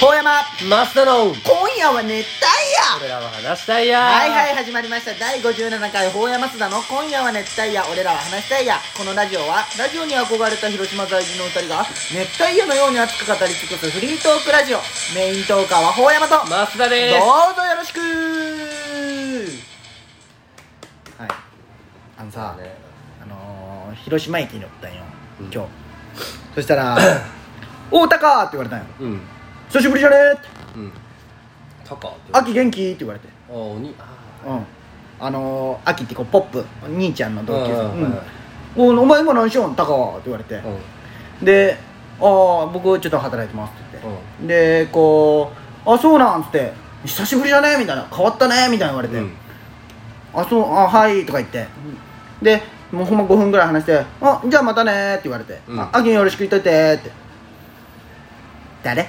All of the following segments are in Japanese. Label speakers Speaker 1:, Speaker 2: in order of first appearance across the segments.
Speaker 1: 遠山
Speaker 2: マスタの
Speaker 1: 今夜は熱帯夜
Speaker 2: 俺らは話したいや
Speaker 1: はいはい始まりました第57回法山須田の今夜は熱帯夜俺らは話したいやこのラジオはラジオに憧れた広島在住の2人が熱帯夜のように熱く語り尽くすフリートークラジオメイントーカーは法山とどう
Speaker 2: マスタです
Speaker 1: ぞよろしくはいあのさ、
Speaker 2: ね
Speaker 1: あのー広島駅におったんよ
Speaker 2: うん
Speaker 1: 今日、そした ら「大高!」って言われたんよ
Speaker 2: うん
Speaker 1: 「久しぶりじゃね?」って
Speaker 2: うんタカ
Speaker 1: 「秋元気?」って言われて
Speaker 2: あ鬼あ
Speaker 1: うんあのー、秋ってこうポップ兄ちゃんの同級生
Speaker 2: うんうんうん
Speaker 1: 「うんおお前今何しよん高は」って言われて、
Speaker 2: うん
Speaker 1: で「ああ僕ちょっと働いてます」って言って、でこう「あそうなん」っつって「久しぶりだね」みたいな「変わったね」みたいな言われて「
Speaker 2: うん
Speaker 1: あそうあはい」とか言って、でもうほんま5分ぐらい話して「あじゃあまたね」って言われて「
Speaker 2: うん
Speaker 1: あ秋によろしく言っといて」って 誰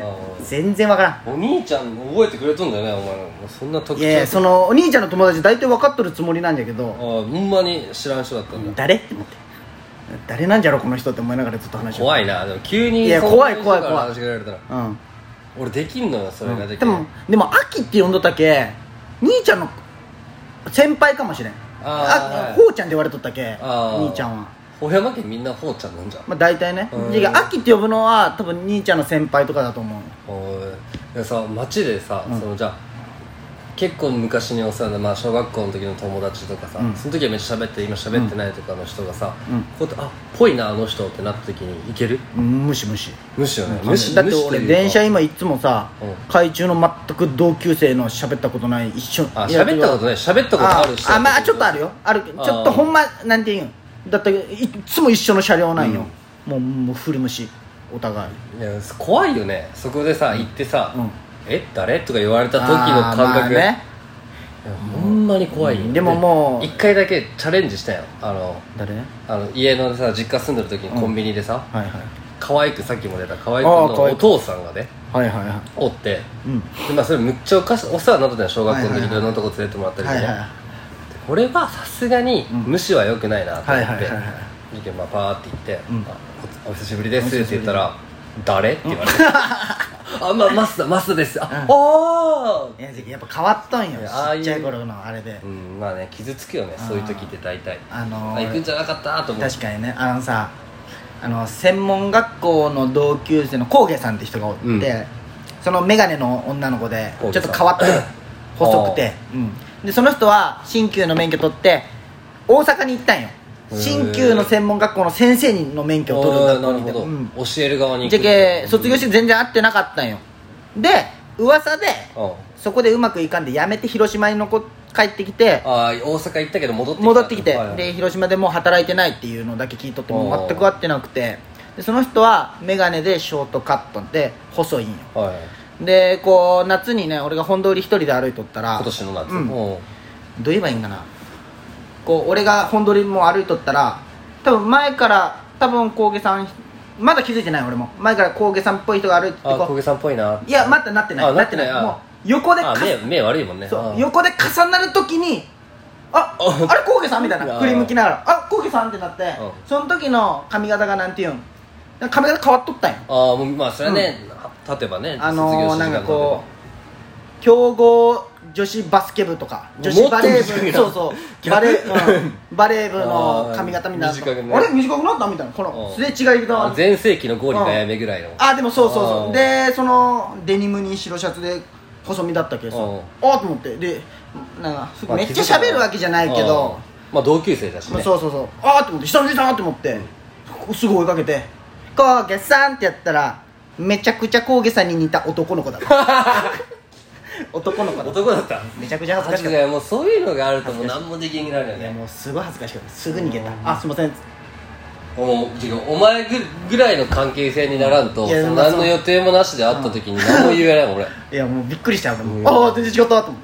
Speaker 2: あ
Speaker 1: 全然わからん
Speaker 2: お兄ちゃん覚えてくれとんだよねお前もうそんな特
Speaker 1: いやいやそのお兄ちゃんの友達大体分かっとるつもりなんじゃけど
Speaker 2: あほんまに知らん人だったんだ
Speaker 1: 誰って思って誰なんじゃろこの人って思いながらずっと話を
Speaker 2: 怖いなでも急に
Speaker 1: いや
Speaker 2: そんな
Speaker 1: 怖い怖い
Speaker 2: 人から
Speaker 1: 怖い
Speaker 2: 話しかけられたら
Speaker 1: うん
Speaker 2: 俺できんのよそれができ
Speaker 1: で
Speaker 2: る
Speaker 1: もでも秋って呼んどったけ兄ちゃんの先輩かもしれん
Speaker 2: あーはい
Speaker 1: ほうちゃんって言われとったけ
Speaker 2: あー
Speaker 1: 兄ちゃんは
Speaker 2: 小山家みんなほうちゃんなんじゃん
Speaker 1: まあ大体ね
Speaker 2: うん
Speaker 1: じゃあ秋って呼ぶのは多分兄ちゃんの先輩とかだと思う
Speaker 2: おいでさ街でさ、
Speaker 1: うん
Speaker 2: そのじゃあ結構昔にお世話になったまあ、小学校の時の友達とかさ、
Speaker 1: うん
Speaker 2: その時はめっちゃ喋って今喋ってないとかの人がさ、
Speaker 1: うん
Speaker 2: こうやってあっぽいなあの人ってなった時にいける
Speaker 1: うん無視無視
Speaker 2: むしろねむし
Speaker 1: だって俺電車
Speaker 2: に
Speaker 1: 今いつもさ
Speaker 2: うん
Speaker 1: 海中の全く同級生の喋ったことない一緒
Speaker 2: あ喋ったことない喋ったことあるし
Speaker 1: あまあちょっとあるよあるちょ
Speaker 2: あー
Speaker 1: っとほんまなんていうんだっていつも一緒の車両なんよ、もうもう古虫お互い
Speaker 2: いや怖いよねそこでさ行ってさ「
Speaker 1: うん
Speaker 2: え誰?」とか言われた時の感覚、
Speaker 1: あーまあね
Speaker 2: いやほんまに怖いよ、
Speaker 1: うんでももう
Speaker 2: 一回だけチャレンジしたよあの
Speaker 1: 誰はい
Speaker 2: あの家のさ実家住んでる時にコンビニでさ、
Speaker 1: はい
Speaker 2: 可愛くさっきも出た可愛く
Speaker 1: あ
Speaker 2: の
Speaker 1: ー可愛い
Speaker 2: お父さんがね
Speaker 1: はいはいは
Speaker 2: おって
Speaker 1: いうん
Speaker 2: で、まあ、それむっちゃおかしお世話になってたよ小学校の
Speaker 1: はい
Speaker 2: 時
Speaker 1: はいいはい
Speaker 2: ろんなとこ連れてもらったり
Speaker 1: はいはい
Speaker 2: ね、
Speaker 1: はい
Speaker 2: これはさすがに
Speaker 1: うん
Speaker 2: 無視は良くないなと
Speaker 1: はい
Speaker 2: 思っ
Speaker 1: はい
Speaker 2: て
Speaker 1: はい
Speaker 2: でまあパーって行って
Speaker 1: うん
Speaker 2: あお「お久しぶりです」って言ったら「誰?」って言われて「あまあマスターマスターです」あ「おー
Speaker 1: いややっぱ変わったんよ
Speaker 2: いやああいう
Speaker 1: ちっちゃい頃のあれで、
Speaker 2: うんまあね傷つくよねそういう時って大体
Speaker 1: あのー
Speaker 2: 行くんじゃなかったと思う
Speaker 1: 確かにねあのさあの専門学校の同級生の工芸さんって人がおって、
Speaker 2: うん
Speaker 1: その眼鏡の女の子でちょ
Speaker 2: 工
Speaker 1: っと
Speaker 2: 芸さん
Speaker 1: 変わ ってる細くて、うん、でその人は鍼灸の免許取って大阪に行ったんよ
Speaker 2: へー
Speaker 1: 鍼灸の専門学校の先生の免許を取るんだ
Speaker 2: おー
Speaker 1: っ
Speaker 2: な
Speaker 1: た
Speaker 2: る
Speaker 1: み
Speaker 2: ほ
Speaker 1: たい
Speaker 2: ど、
Speaker 1: うん
Speaker 2: 教える側に行く
Speaker 1: じゃけ卒業して全然会ってなかったんよで噂で
Speaker 2: うん
Speaker 1: そこでうまくいかんで辞めて広島に残っ帰ってきて
Speaker 2: ああ大阪行ったけど戻ってきた
Speaker 1: 戻ってきて
Speaker 2: はいはい
Speaker 1: で広島でもう働いてないっていうのだけ聞いとっても
Speaker 2: おー
Speaker 1: 全く合ってなくてでその人は眼鏡でショートカットで細いんよ
Speaker 2: はい、
Speaker 1: でこう夏にね俺が本通り一人で歩いとったら
Speaker 2: 今年の夏、
Speaker 1: うん
Speaker 2: も
Speaker 1: どう言えばいいんかなこう俺が本通りもう歩いとったら多分前から多分工芸さんまだ気づいてない俺も前から工芸さんっぽい人が歩いてて
Speaker 2: あ
Speaker 1: こ
Speaker 2: 小
Speaker 1: う
Speaker 2: 毛さんっぽいない
Speaker 1: やまだなってな
Speaker 2: あ
Speaker 1: い
Speaker 2: なってないあ
Speaker 1: もう横でか
Speaker 2: あ目目悪いもんね
Speaker 1: そう
Speaker 2: あ
Speaker 1: 横で重なるときにあ
Speaker 2: あ
Speaker 1: あれ浩家さんみたいな
Speaker 2: あ
Speaker 1: 振り向きながらあ浩家さんってなって
Speaker 2: ん
Speaker 1: その時の髪型がなんていうん髪型変わっとったんよ
Speaker 2: ああもうまあそれはね、例えばね
Speaker 1: あのー、
Speaker 2: 卒業して
Speaker 1: なん
Speaker 2: 時
Speaker 1: か
Speaker 2: 間
Speaker 1: こう強豪女子バスケ部とか女子バレ
Speaker 2: もっと短
Speaker 1: ー
Speaker 2: い
Speaker 1: 部
Speaker 2: な
Speaker 1: そうそうバレー、 うんバレー部の
Speaker 2: あー
Speaker 1: 髪型みたいな
Speaker 2: 短くね
Speaker 1: あれ短くなったみたいなこの
Speaker 2: うん
Speaker 1: すれ違い
Speaker 2: と
Speaker 1: が
Speaker 2: あ全盛期のゴーリ悩めぐらいの
Speaker 1: あでもそうそうそう
Speaker 2: あ
Speaker 1: でそのデニムに白シャツで細身だったけどさ
Speaker 2: うん
Speaker 1: あーと思ってでなんか
Speaker 2: まあ
Speaker 1: めっちゃ喋るわけじゃないけど
Speaker 2: あまあ同級生だし
Speaker 1: まあ
Speaker 2: ね
Speaker 1: そうそうそうあーって思って久々だなって思って、すぐ追いかけて「こうげさん」ってやったらめちゃくちゃこうげさんに似た男の子だった 男の子だった
Speaker 2: 男だった
Speaker 1: めちゃくちゃ恥ず
Speaker 2: 確
Speaker 1: か
Speaker 2: か
Speaker 1: しかっ
Speaker 2: にもうそういうのがあるともう
Speaker 1: 恥ずかし
Speaker 2: 何もできんくなるよ
Speaker 1: たいや
Speaker 2: ね
Speaker 1: もうすごい恥ずかしかったすぐ逃げた
Speaker 2: うん
Speaker 1: あすいません
Speaker 2: もう違うお前ぐぐらいの関係性にならんと
Speaker 1: いや
Speaker 2: その
Speaker 1: まあそ
Speaker 2: 何
Speaker 1: う
Speaker 2: の予定もなしで会った時に何も言えない俺
Speaker 1: いやもうびっくりした俺も
Speaker 2: う
Speaker 1: うんああ全然違ったと思う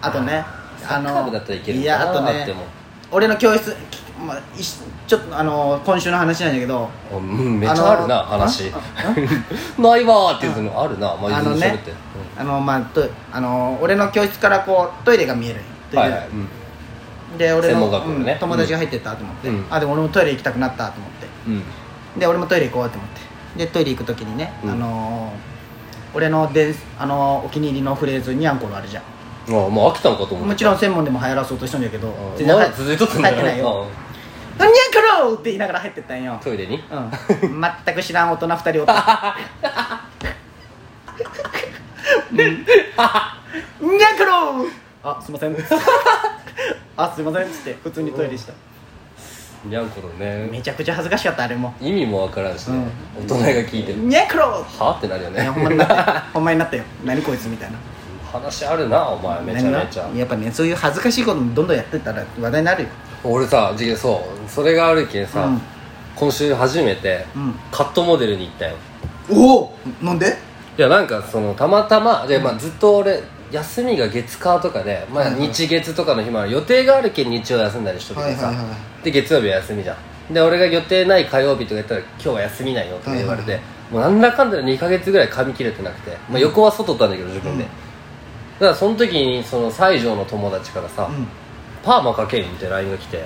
Speaker 1: あとね
Speaker 2: サ
Speaker 1: あ
Speaker 2: ッカー部だったらいける
Speaker 1: いやあと
Speaker 2: あって
Speaker 1: ね
Speaker 2: も
Speaker 1: 俺の教室きまあ、いしちょっとあの今週の話なんだけど
Speaker 2: あうんめっちゃあるな
Speaker 1: あの
Speaker 2: 話
Speaker 1: あ
Speaker 2: ないわーって言うのあるなまあ
Speaker 1: あ
Speaker 2: いず
Speaker 1: の
Speaker 2: れ喋
Speaker 1: ね
Speaker 2: って
Speaker 1: あのまあとあの俺の教室からこうトイレが見える
Speaker 2: うん
Speaker 1: トイ
Speaker 2: は
Speaker 1: レ
Speaker 2: い
Speaker 1: が
Speaker 2: はいうん
Speaker 1: で俺
Speaker 2: 専
Speaker 1: の
Speaker 2: 門学校でね
Speaker 1: うん友達が入ってったと思って、
Speaker 2: うん
Speaker 1: あでも俺もトイレ行きたくなったと思って
Speaker 2: うん
Speaker 1: で俺もトイレ行こうと思ってでトイレ行く時にね、
Speaker 2: うん
Speaker 1: あのー俺ので、あのーお気に入りのフレーズにゃんころあるじゃん
Speaker 2: あもう飽きたのかと思
Speaker 1: も
Speaker 2: って
Speaker 1: ちろん専門でも流行らそうとしたんだけど
Speaker 2: あ
Speaker 1: 全然
Speaker 2: まだ
Speaker 1: 入
Speaker 2: 続いとったんだ
Speaker 1: 入ってないよ「
Speaker 2: あ
Speaker 1: にゃんころ!」って言いながら入ってったんよ
Speaker 2: トイレに
Speaker 1: うん全く知らん大人2人おった「うんにゃんころ!」あすいませんあすいませんっつって普通にトイレした
Speaker 2: にゃんこのね
Speaker 1: めちゃくちゃ恥ずかしかったあれも
Speaker 2: 意味もわからんしね大人が聞い
Speaker 1: 「
Speaker 2: てる
Speaker 1: にゃんころ!」
Speaker 2: はってなるよ
Speaker 1: い
Speaker 2: ね
Speaker 1: やほんまになったよほんまになったよ何こいつみたいな
Speaker 2: 話あるなお前めちゃめちゃ
Speaker 1: 何がやっぱねそういう恥ずかしいこともどんどんやってったら話題になるよ
Speaker 2: 俺さじそうそれがあるけんさ、
Speaker 1: うん
Speaker 2: 今週初めて、
Speaker 1: うん
Speaker 2: カットモデルに行ったよ
Speaker 1: おおなんで
Speaker 2: いやなんかそのたまたまで、まあ、ずっと俺休みが月火とかで、ま
Speaker 1: は
Speaker 2: あ、
Speaker 1: いはい
Speaker 2: 日月とかの日もある予定があるけん日曜休んだりしとるけどさ、
Speaker 1: はいはいは
Speaker 2: で月曜日は休みじゃんで俺が予定ない火曜日とか言ったら今日は休みないよとか言われて、
Speaker 1: はい
Speaker 2: もうなんだかんだで2ヶ月ぐらい髪切れてなくて、まあ、横は外だったんだけど自分で、
Speaker 1: うん
Speaker 2: だからその時にその西条の友達からさ、
Speaker 1: うん
Speaker 2: パーマかけんって LINE が来て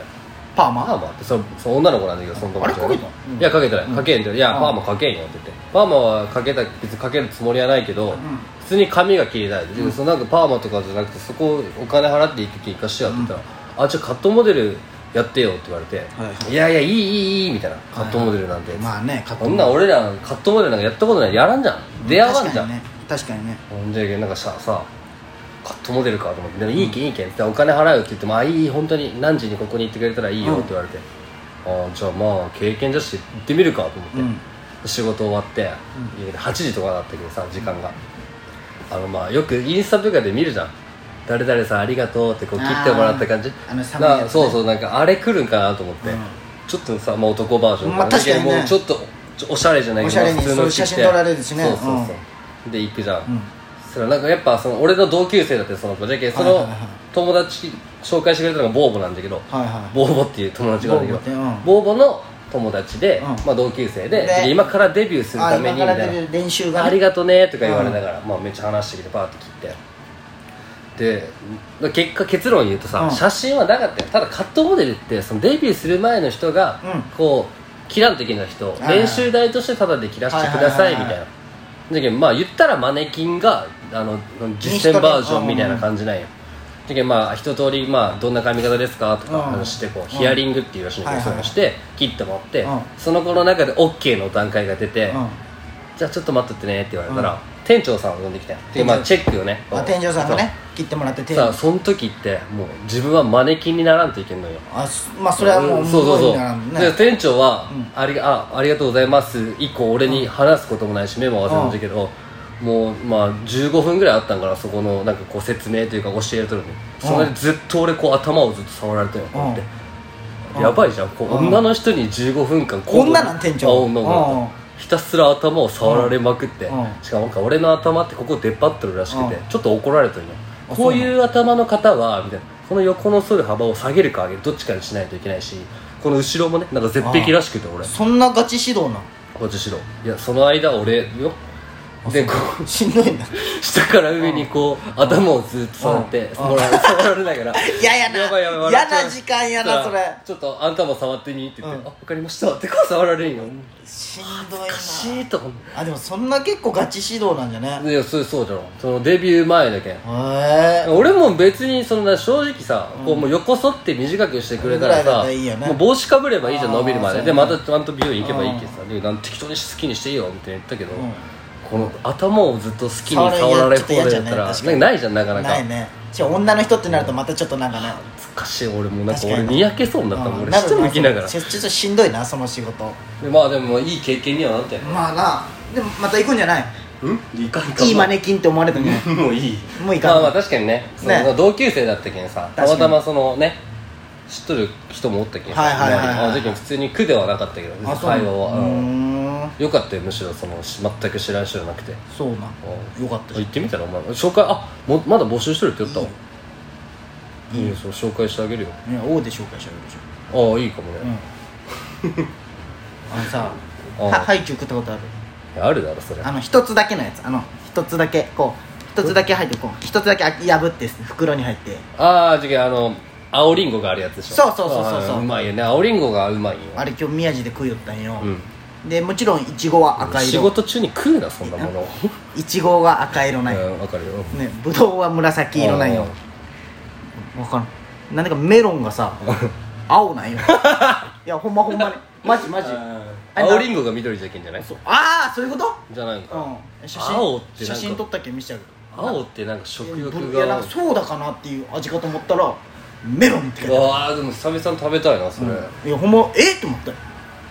Speaker 1: パー
Speaker 2: パー
Speaker 1: マ
Speaker 2: マってそのその女の子なんだけどその友達
Speaker 1: あれかけたうん
Speaker 2: いやかけてない
Speaker 1: うん
Speaker 2: かけんっていや
Speaker 1: うん
Speaker 2: パーマかけんよって言ってパーマはかけた別にかけるつもりはないけど、普通に髪が切りたいで、そのなんかパーマとかじゃなくてそこお金払って行って行かしてやって言ったら、あじゃあカットモデルやってよって言われて、、
Speaker 1: はいはい
Speaker 2: やいやいいいいいいみたいなカットモデルなんて、
Speaker 1: まあねカ
Speaker 2: そんなん俺らカットモデルなんかやったことないやらんじゃん、出会わんじゃん、
Speaker 1: 確かにね
Speaker 2: ほんじゃけんなんかささカットモデルかと思って「でもいいけんいいけん」って言ってお金払うよって言って「まあいい本当に何時にここに行ってくれたらいいよ」って言われて、ああじゃあまあ経験じゃし行ってみるかと思って、
Speaker 1: うん
Speaker 2: 仕事終わって、家で8時とかだったけどさ時間が、あのまあよくインスタとかで見るじゃん誰々さんありがとうってこう切ってもらった感じ
Speaker 1: あーあの寒いやつね
Speaker 2: なそうそうなんかあれ来るんかなと思って、
Speaker 1: うん
Speaker 2: ちょっとさ、まあ、男バージョン
Speaker 1: まあ確かにね
Speaker 2: だけどもうちょっとちょおしゃれじゃないけど
Speaker 1: おしゃれに
Speaker 2: 普通の服着て
Speaker 1: そういう写真撮られるしね
Speaker 2: そうそうそう、
Speaker 1: うん
Speaker 2: で行くじゃん、
Speaker 1: うん
Speaker 2: そしたらなんかやっぱその俺の同級生だってその子じゃけんそ
Speaker 1: はい
Speaker 2: の
Speaker 1: はいはい
Speaker 2: 友達紹介してくれたのがボーボなんだけど、
Speaker 1: はいはい
Speaker 2: ボーボっていう友達があるんだけど
Speaker 1: ボーボってうん
Speaker 2: ボーボの友達で、
Speaker 1: うん
Speaker 2: まあ、同級生で
Speaker 1: で
Speaker 2: 今からデビューする
Speaker 1: あ
Speaker 2: た
Speaker 1: 今
Speaker 2: めにみ
Speaker 1: か
Speaker 2: た
Speaker 1: ら
Speaker 2: いな
Speaker 1: 出る練習が
Speaker 2: あり
Speaker 1: ね
Speaker 2: がとねとか言われながら、まあ、めっちゃ話してきてパーッと切ってで結果結論言うとさ、
Speaker 1: うん
Speaker 2: 写真はなかったよただカットモデルってそのデビューする前の人が、
Speaker 1: うん
Speaker 2: こう切らんといけない人を
Speaker 1: いはい
Speaker 2: 練習代としてタダで切らしてくださいみ
Speaker 1: はいはいは
Speaker 2: た
Speaker 1: いいは
Speaker 2: なだけどまあ言ったらマネキンがあの実践バージョンみたいな感じなんよだけどまあ一通りまあどんな髪型ですかと
Speaker 1: うん
Speaker 2: か話してこう
Speaker 1: うん
Speaker 2: ヒアリングっていうらしいんだけど
Speaker 1: はいはい
Speaker 2: そういうのして切ってもらって
Speaker 1: うん
Speaker 2: その子の中で OK の段階が出て、
Speaker 1: う
Speaker 2: じゃあちょっと待っとってねって言われたら、
Speaker 1: うん
Speaker 2: 店長さんを呼んできたよて
Speaker 1: 店長
Speaker 2: まあチェックをね
Speaker 1: んあ店長さんがね切ってもらって
Speaker 2: そ
Speaker 1: 手
Speaker 2: うさあその時ってもう自分はマネキンにならんといけんのよ
Speaker 1: あすまあそれはも
Speaker 2: ん
Speaker 1: う
Speaker 2: そうそうそ
Speaker 1: 無
Speaker 2: う
Speaker 1: 理ならん
Speaker 2: で
Speaker 1: ね
Speaker 2: 店長は、
Speaker 1: うん
Speaker 2: ありがあ「ありがとうございます」以降俺に話すこともないし目も合わせるんだけど、もうまあ15分ぐらいあったんかなそこのなんかこう説明というか教えるとるのにそれでずっと俺こう頭をずっと触られてるのこうやって、
Speaker 1: うん
Speaker 2: やばいじゃんこう
Speaker 1: うん
Speaker 2: 女の人に15分間こう
Speaker 1: 女なん店長
Speaker 2: あ女
Speaker 1: うん
Speaker 2: 女ひたすら頭を触られまくって、
Speaker 1: うん
Speaker 2: しかもなんか俺の頭ってここ出っ張ってるらしくて、
Speaker 1: うん
Speaker 2: ちょっと怒られてるの
Speaker 1: あ
Speaker 2: こういう頭の方はみたいなこの横の反る幅を下げるか上げるどっちかにしないといけないしこの後ろもねなんか絶壁らしくて俺
Speaker 1: そんなガチ指導な
Speaker 2: こっちしろいやその間俺よでこう
Speaker 1: のしんどいな
Speaker 2: 下から上にこう頭をずっと触って
Speaker 1: うん
Speaker 2: 触られ触られながら
Speaker 1: ややな
Speaker 2: やばいやばい笑
Speaker 1: や
Speaker 2: っちゃう
Speaker 1: な時間やなそれ
Speaker 2: ちょっとあんたも触ってみって言って
Speaker 1: う
Speaker 2: 「
Speaker 1: ん
Speaker 2: あ分かりました」ってこう触られんよ
Speaker 1: しんどい
Speaker 2: おかし
Speaker 1: ない
Speaker 2: と思っ
Speaker 1: あでもそんな結構ガチ指導なんじゃね
Speaker 2: ていやそうそうじゃんそのデビュー前だけん
Speaker 1: へえ
Speaker 2: 俺も別にそんな正直さ、こうもう横反って短くしてくれた
Speaker 1: ぐら
Speaker 2: ら
Speaker 1: いだっ
Speaker 2: さ
Speaker 1: たらいいよね
Speaker 2: もう帽子かぶればいいじゃん
Speaker 1: あー
Speaker 2: 伸びるま
Speaker 1: そう
Speaker 2: で
Speaker 1: ね
Speaker 2: でまたちゃんと美容院行けばいいけどさでなん適当に好きにしていいよみたいな言ったけど、
Speaker 1: ん
Speaker 2: この頭をずっと好きに触られる方だったらなんかないじゃんなかなか
Speaker 1: ないねしかも女の人ってなるとまたちょっとなんかね
Speaker 2: 懐かしい俺もうなんか
Speaker 1: 確か
Speaker 2: 俺
Speaker 1: に
Speaker 2: にやけそうになったもん俺下向きながら
Speaker 1: ちょちょっとしんどいなその仕事
Speaker 2: でまあでもいい経験にはなったよね
Speaker 1: まあなでもまた行くんじゃない
Speaker 2: うんいかんか
Speaker 1: いいマネキンって思われたね
Speaker 2: もういい
Speaker 1: もういいかな
Speaker 2: まあまあ確かにねその
Speaker 1: ね
Speaker 2: 同級生だったけんさ
Speaker 1: 確か
Speaker 2: たま
Speaker 1: に
Speaker 2: たまそのね知っとる人もおったけんさ
Speaker 1: はいはいはいはい
Speaker 2: まああの時も普通に苦ではなかったけど
Speaker 1: あそうな
Speaker 2: 会話
Speaker 1: の
Speaker 2: は
Speaker 1: う
Speaker 2: うん
Speaker 1: ーん
Speaker 2: よかったよむしろそのし全く知らん人じゃなくて
Speaker 1: そうな
Speaker 2: うん
Speaker 1: よかった
Speaker 2: あ
Speaker 1: じ
Speaker 2: 行ってみたらお前紹介あもまだ募集してるって言ったわ
Speaker 1: いいよ
Speaker 2: いいよそう紹介してあげるよ
Speaker 1: ゃんいや王で紹介してあげるでし
Speaker 2: ああいいかも
Speaker 1: ょうん
Speaker 2: ね
Speaker 1: あのさ
Speaker 2: あ
Speaker 1: はハイチュウ食ったことある
Speaker 2: いやあるだろそれ
Speaker 1: あの一つだけのやつあの一つだけこう一つだけ入ってこう一つだけ破って袋に入って
Speaker 2: ああじゃああの青りんごがあるやつでしょ
Speaker 1: そうそうそうそうそう
Speaker 2: あーうまいよね青りんごがうまいよ
Speaker 1: あれ今日宮地で食いよったんよ、
Speaker 2: うん
Speaker 1: でもちろんいちごは赤
Speaker 2: 仕
Speaker 1: 色
Speaker 2: 事中に食うなそんなもの
Speaker 1: いちごは赤色
Speaker 2: う
Speaker 1: なんよ、
Speaker 2: んわかるよ
Speaker 1: ねぶどうは紫色なんよ分からんなんでかメロンがさ青 なんよいやほんまほんまにマジマジあ
Speaker 2: 青リンゴが緑じゃいけんじゃない
Speaker 1: そうああそういうこと
Speaker 2: じゃないのか
Speaker 1: うん写真
Speaker 2: 青ってなんか
Speaker 1: 写真撮ったっけ見せてあげる
Speaker 2: 青ってなんか食欲
Speaker 1: いやなん
Speaker 2: が
Speaker 1: かソーダかなっていう味かと思ったらメロンって書いてある
Speaker 2: わあでも久々に食べたいなそれ、
Speaker 1: いやほんまえっと思ったよ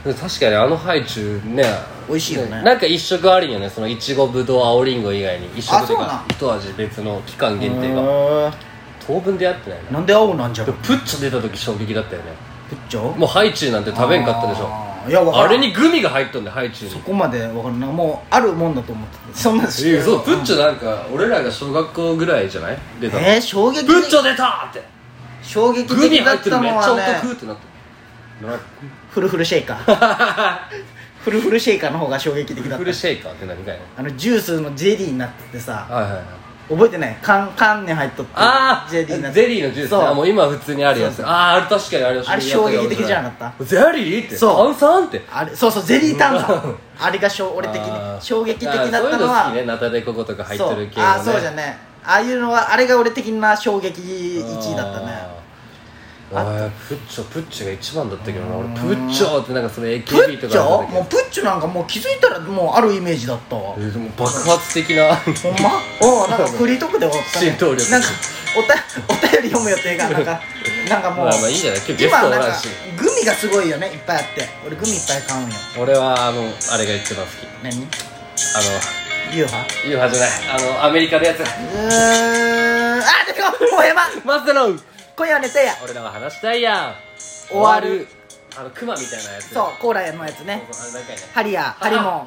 Speaker 2: で確かにあのハイチュウね
Speaker 1: 美味しいよね
Speaker 2: なんか一色あるんよねそのいちごぶどう青りんご以外に一色というか
Speaker 1: あ
Speaker 2: 一味別の期間限定が
Speaker 1: へ
Speaker 2: 当分でやってない
Speaker 1: ー
Speaker 2: な
Speaker 1: なんで青なんじゃろ
Speaker 2: で
Speaker 1: う
Speaker 2: もプッチョ出た時衝撃だったよね
Speaker 1: プッチョ
Speaker 2: もうハイチュウなんて食べんかったでしょ
Speaker 1: あーいやわか
Speaker 2: あ
Speaker 1: る
Speaker 2: れにグミが入っとんでハイチュウ
Speaker 1: そ
Speaker 2: に
Speaker 1: こまでわかるなんかもうあるもんだと思ってたそんなの知って
Speaker 2: え
Speaker 1: る
Speaker 2: そうプッチョなんか俺らが小学校ぐらいじゃない出たの
Speaker 1: えー、衝撃
Speaker 2: プッチョ
Speaker 1: 的
Speaker 2: 出たって
Speaker 1: 衝撃
Speaker 2: グミ
Speaker 1: 的だ
Speaker 2: 入
Speaker 1: っ
Speaker 2: って
Speaker 1: た
Speaker 2: るめっ
Speaker 1: の
Speaker 2: ちゃ
Speaker 1: は
Speaker 2: お得
Speaker 1: ね
Speaker 2: ってなってな
Speaker 1: フルフルシェイカーフルフルシェイカーの方が衝撃的だっ
Speaker 2: フル
Speaker 1: た
Speaker 2: シェイカーって何かい
Speaker 1: あのジュースのジェリーになっててさ
Speaker 2: はいはいはい
Speaker 1: 覚えてない缶缶に入っとって
Speaker 2: ああ
Speaker 1: ジェリーになって
Speaker 2: ゼリーのジュースね
Speaker 1: そう
Speaker 2: あもう今普通にあるや
Speaker 1: そ
Speaker 2: つ
Speaker 1: う
Speaker 2: あああれ確かにあれ
Speaker 1: あれ衝撃的じゃなかった
Speaker 2: ゼリーって
Speaker 1: そう
Speaker 2: 炭酸って
Speaker 1: あれそうそうゼリー炭酸あれがしょ俺的
Speaker 2: あ
Speaker 1: に
Speaker 2: ー
Speaker 1: 衝撃的だったの
Speaker 2: あーそういうの好きね
Speaker 1: は
Speaker 2: ナタデココとか入って
Speaker 1: そう
Speaker 2: る系のね
Speaker 1: あーそうじゃねああいうのはあれが俺的な衝撃1位だったね
Speaker 2: あーあープッチョプッチョが一番だったけどな俺プッチョってなんかその
Speaker 1: プ
Speaker 2: AKB
Speaker 1: ッ
Speaker 2: と
Speaker 1: チ
Speaker 2: か
Speaker 1: ョ
Speaker 2: だった
Speaker 1: もう
Speaker 2: け
Speaker 1: プッチョなんかもう気づいたらもうあるイメージだったわ
Speaker 2: どえーでも爆発的な
Speaker 1: ほんまおうなんかフリートークで終わ ったね
Speaker 2: 浸透力
Speaker 1: なんかおた お便り読む予定がなん かなんかもう、
Speaker 2: まあまあいいんじゃない今日ゲス
Speaker 1: 今
Speaker 2: トお
Speaker 1: なん
Speaker 2: ら
Speaker 1: か
Speaker 2: んし
Speaker 1: グミがすごいよねいっぱいあって俺グミいっぱい買うんよ
Speaker 2: 俺はあのあれが一番好き
Speaker 1: 何
Speaker 2: あの
Speaker 1: 流派
Speaker 2: ユーハじゃないあのアメリカのやつ
Speaker 1: う ーんあ出てこんもうやば
Speaker 2: マスターの
Speaker 1: 今夜はネタや
Speaker 2: 俺らは話したいやん
Speaker 1: 終わる
Speaker 2: あのクマみたいなやつ
Speaker 1: そうコーラのやつね
Speaker 2: そうそうあれ何回ね
Speaker 1: ハリアーハリモン
Speaker 2: あ